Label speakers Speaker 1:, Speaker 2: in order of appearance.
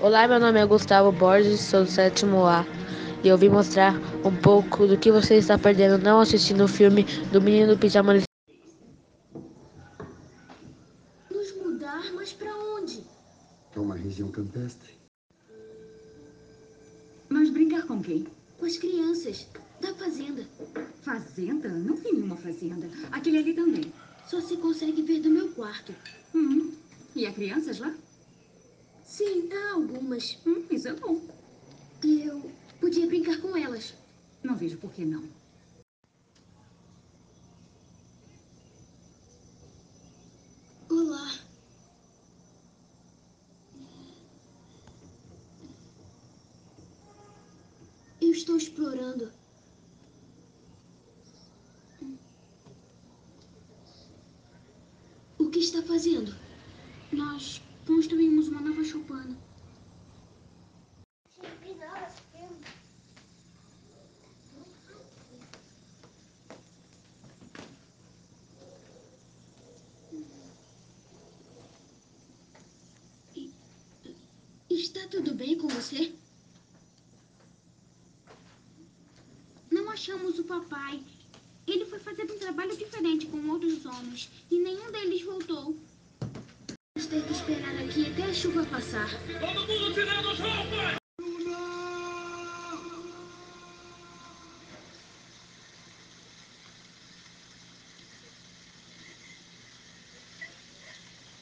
Speaker 1: Olá, meu nome é Gustavo Borges, sou do sétimo A e eu vim mostrar um pouco do que você está perdendo não assistindo o filme do Menino do Pijama Listrado.
Speaker 2: Nos mudar, mas pra onde?
Speaker 3: É uma região campestre.
Speaker 4: Mas brincar com quem?
Speaker 2: Com as crianças, da fazenda.
Speaker 4: Fazenda? Não vi nenhuma fazenda. Aquele ali também.
Speaker 2: Só se consegue ver do meu quarto.
Speaker 4: Hum. E há crianças lá?
Speaker 2: Sim, há algumas.
Speaker 4: Hum, isso é bom.
Speaker 2: E eu podia brincar com elas.
Speaker 4: Não vejo por que não.
Speaker 2: Olá. Eu estou explorando. O que está fazendo?
Speaker 5: Nós construímos uma nova choupana.
Speaker 2: Está tudo bem com você?
Speaker 5: Não achamos o papai. Ele foi fazer um trabalho diferente com outros homens e nenhum deles voltou.
Speaker 2: Vamos ter que esperar aqui até a chuva passar.
Speaker 6: Todo mundo tirando as roupas!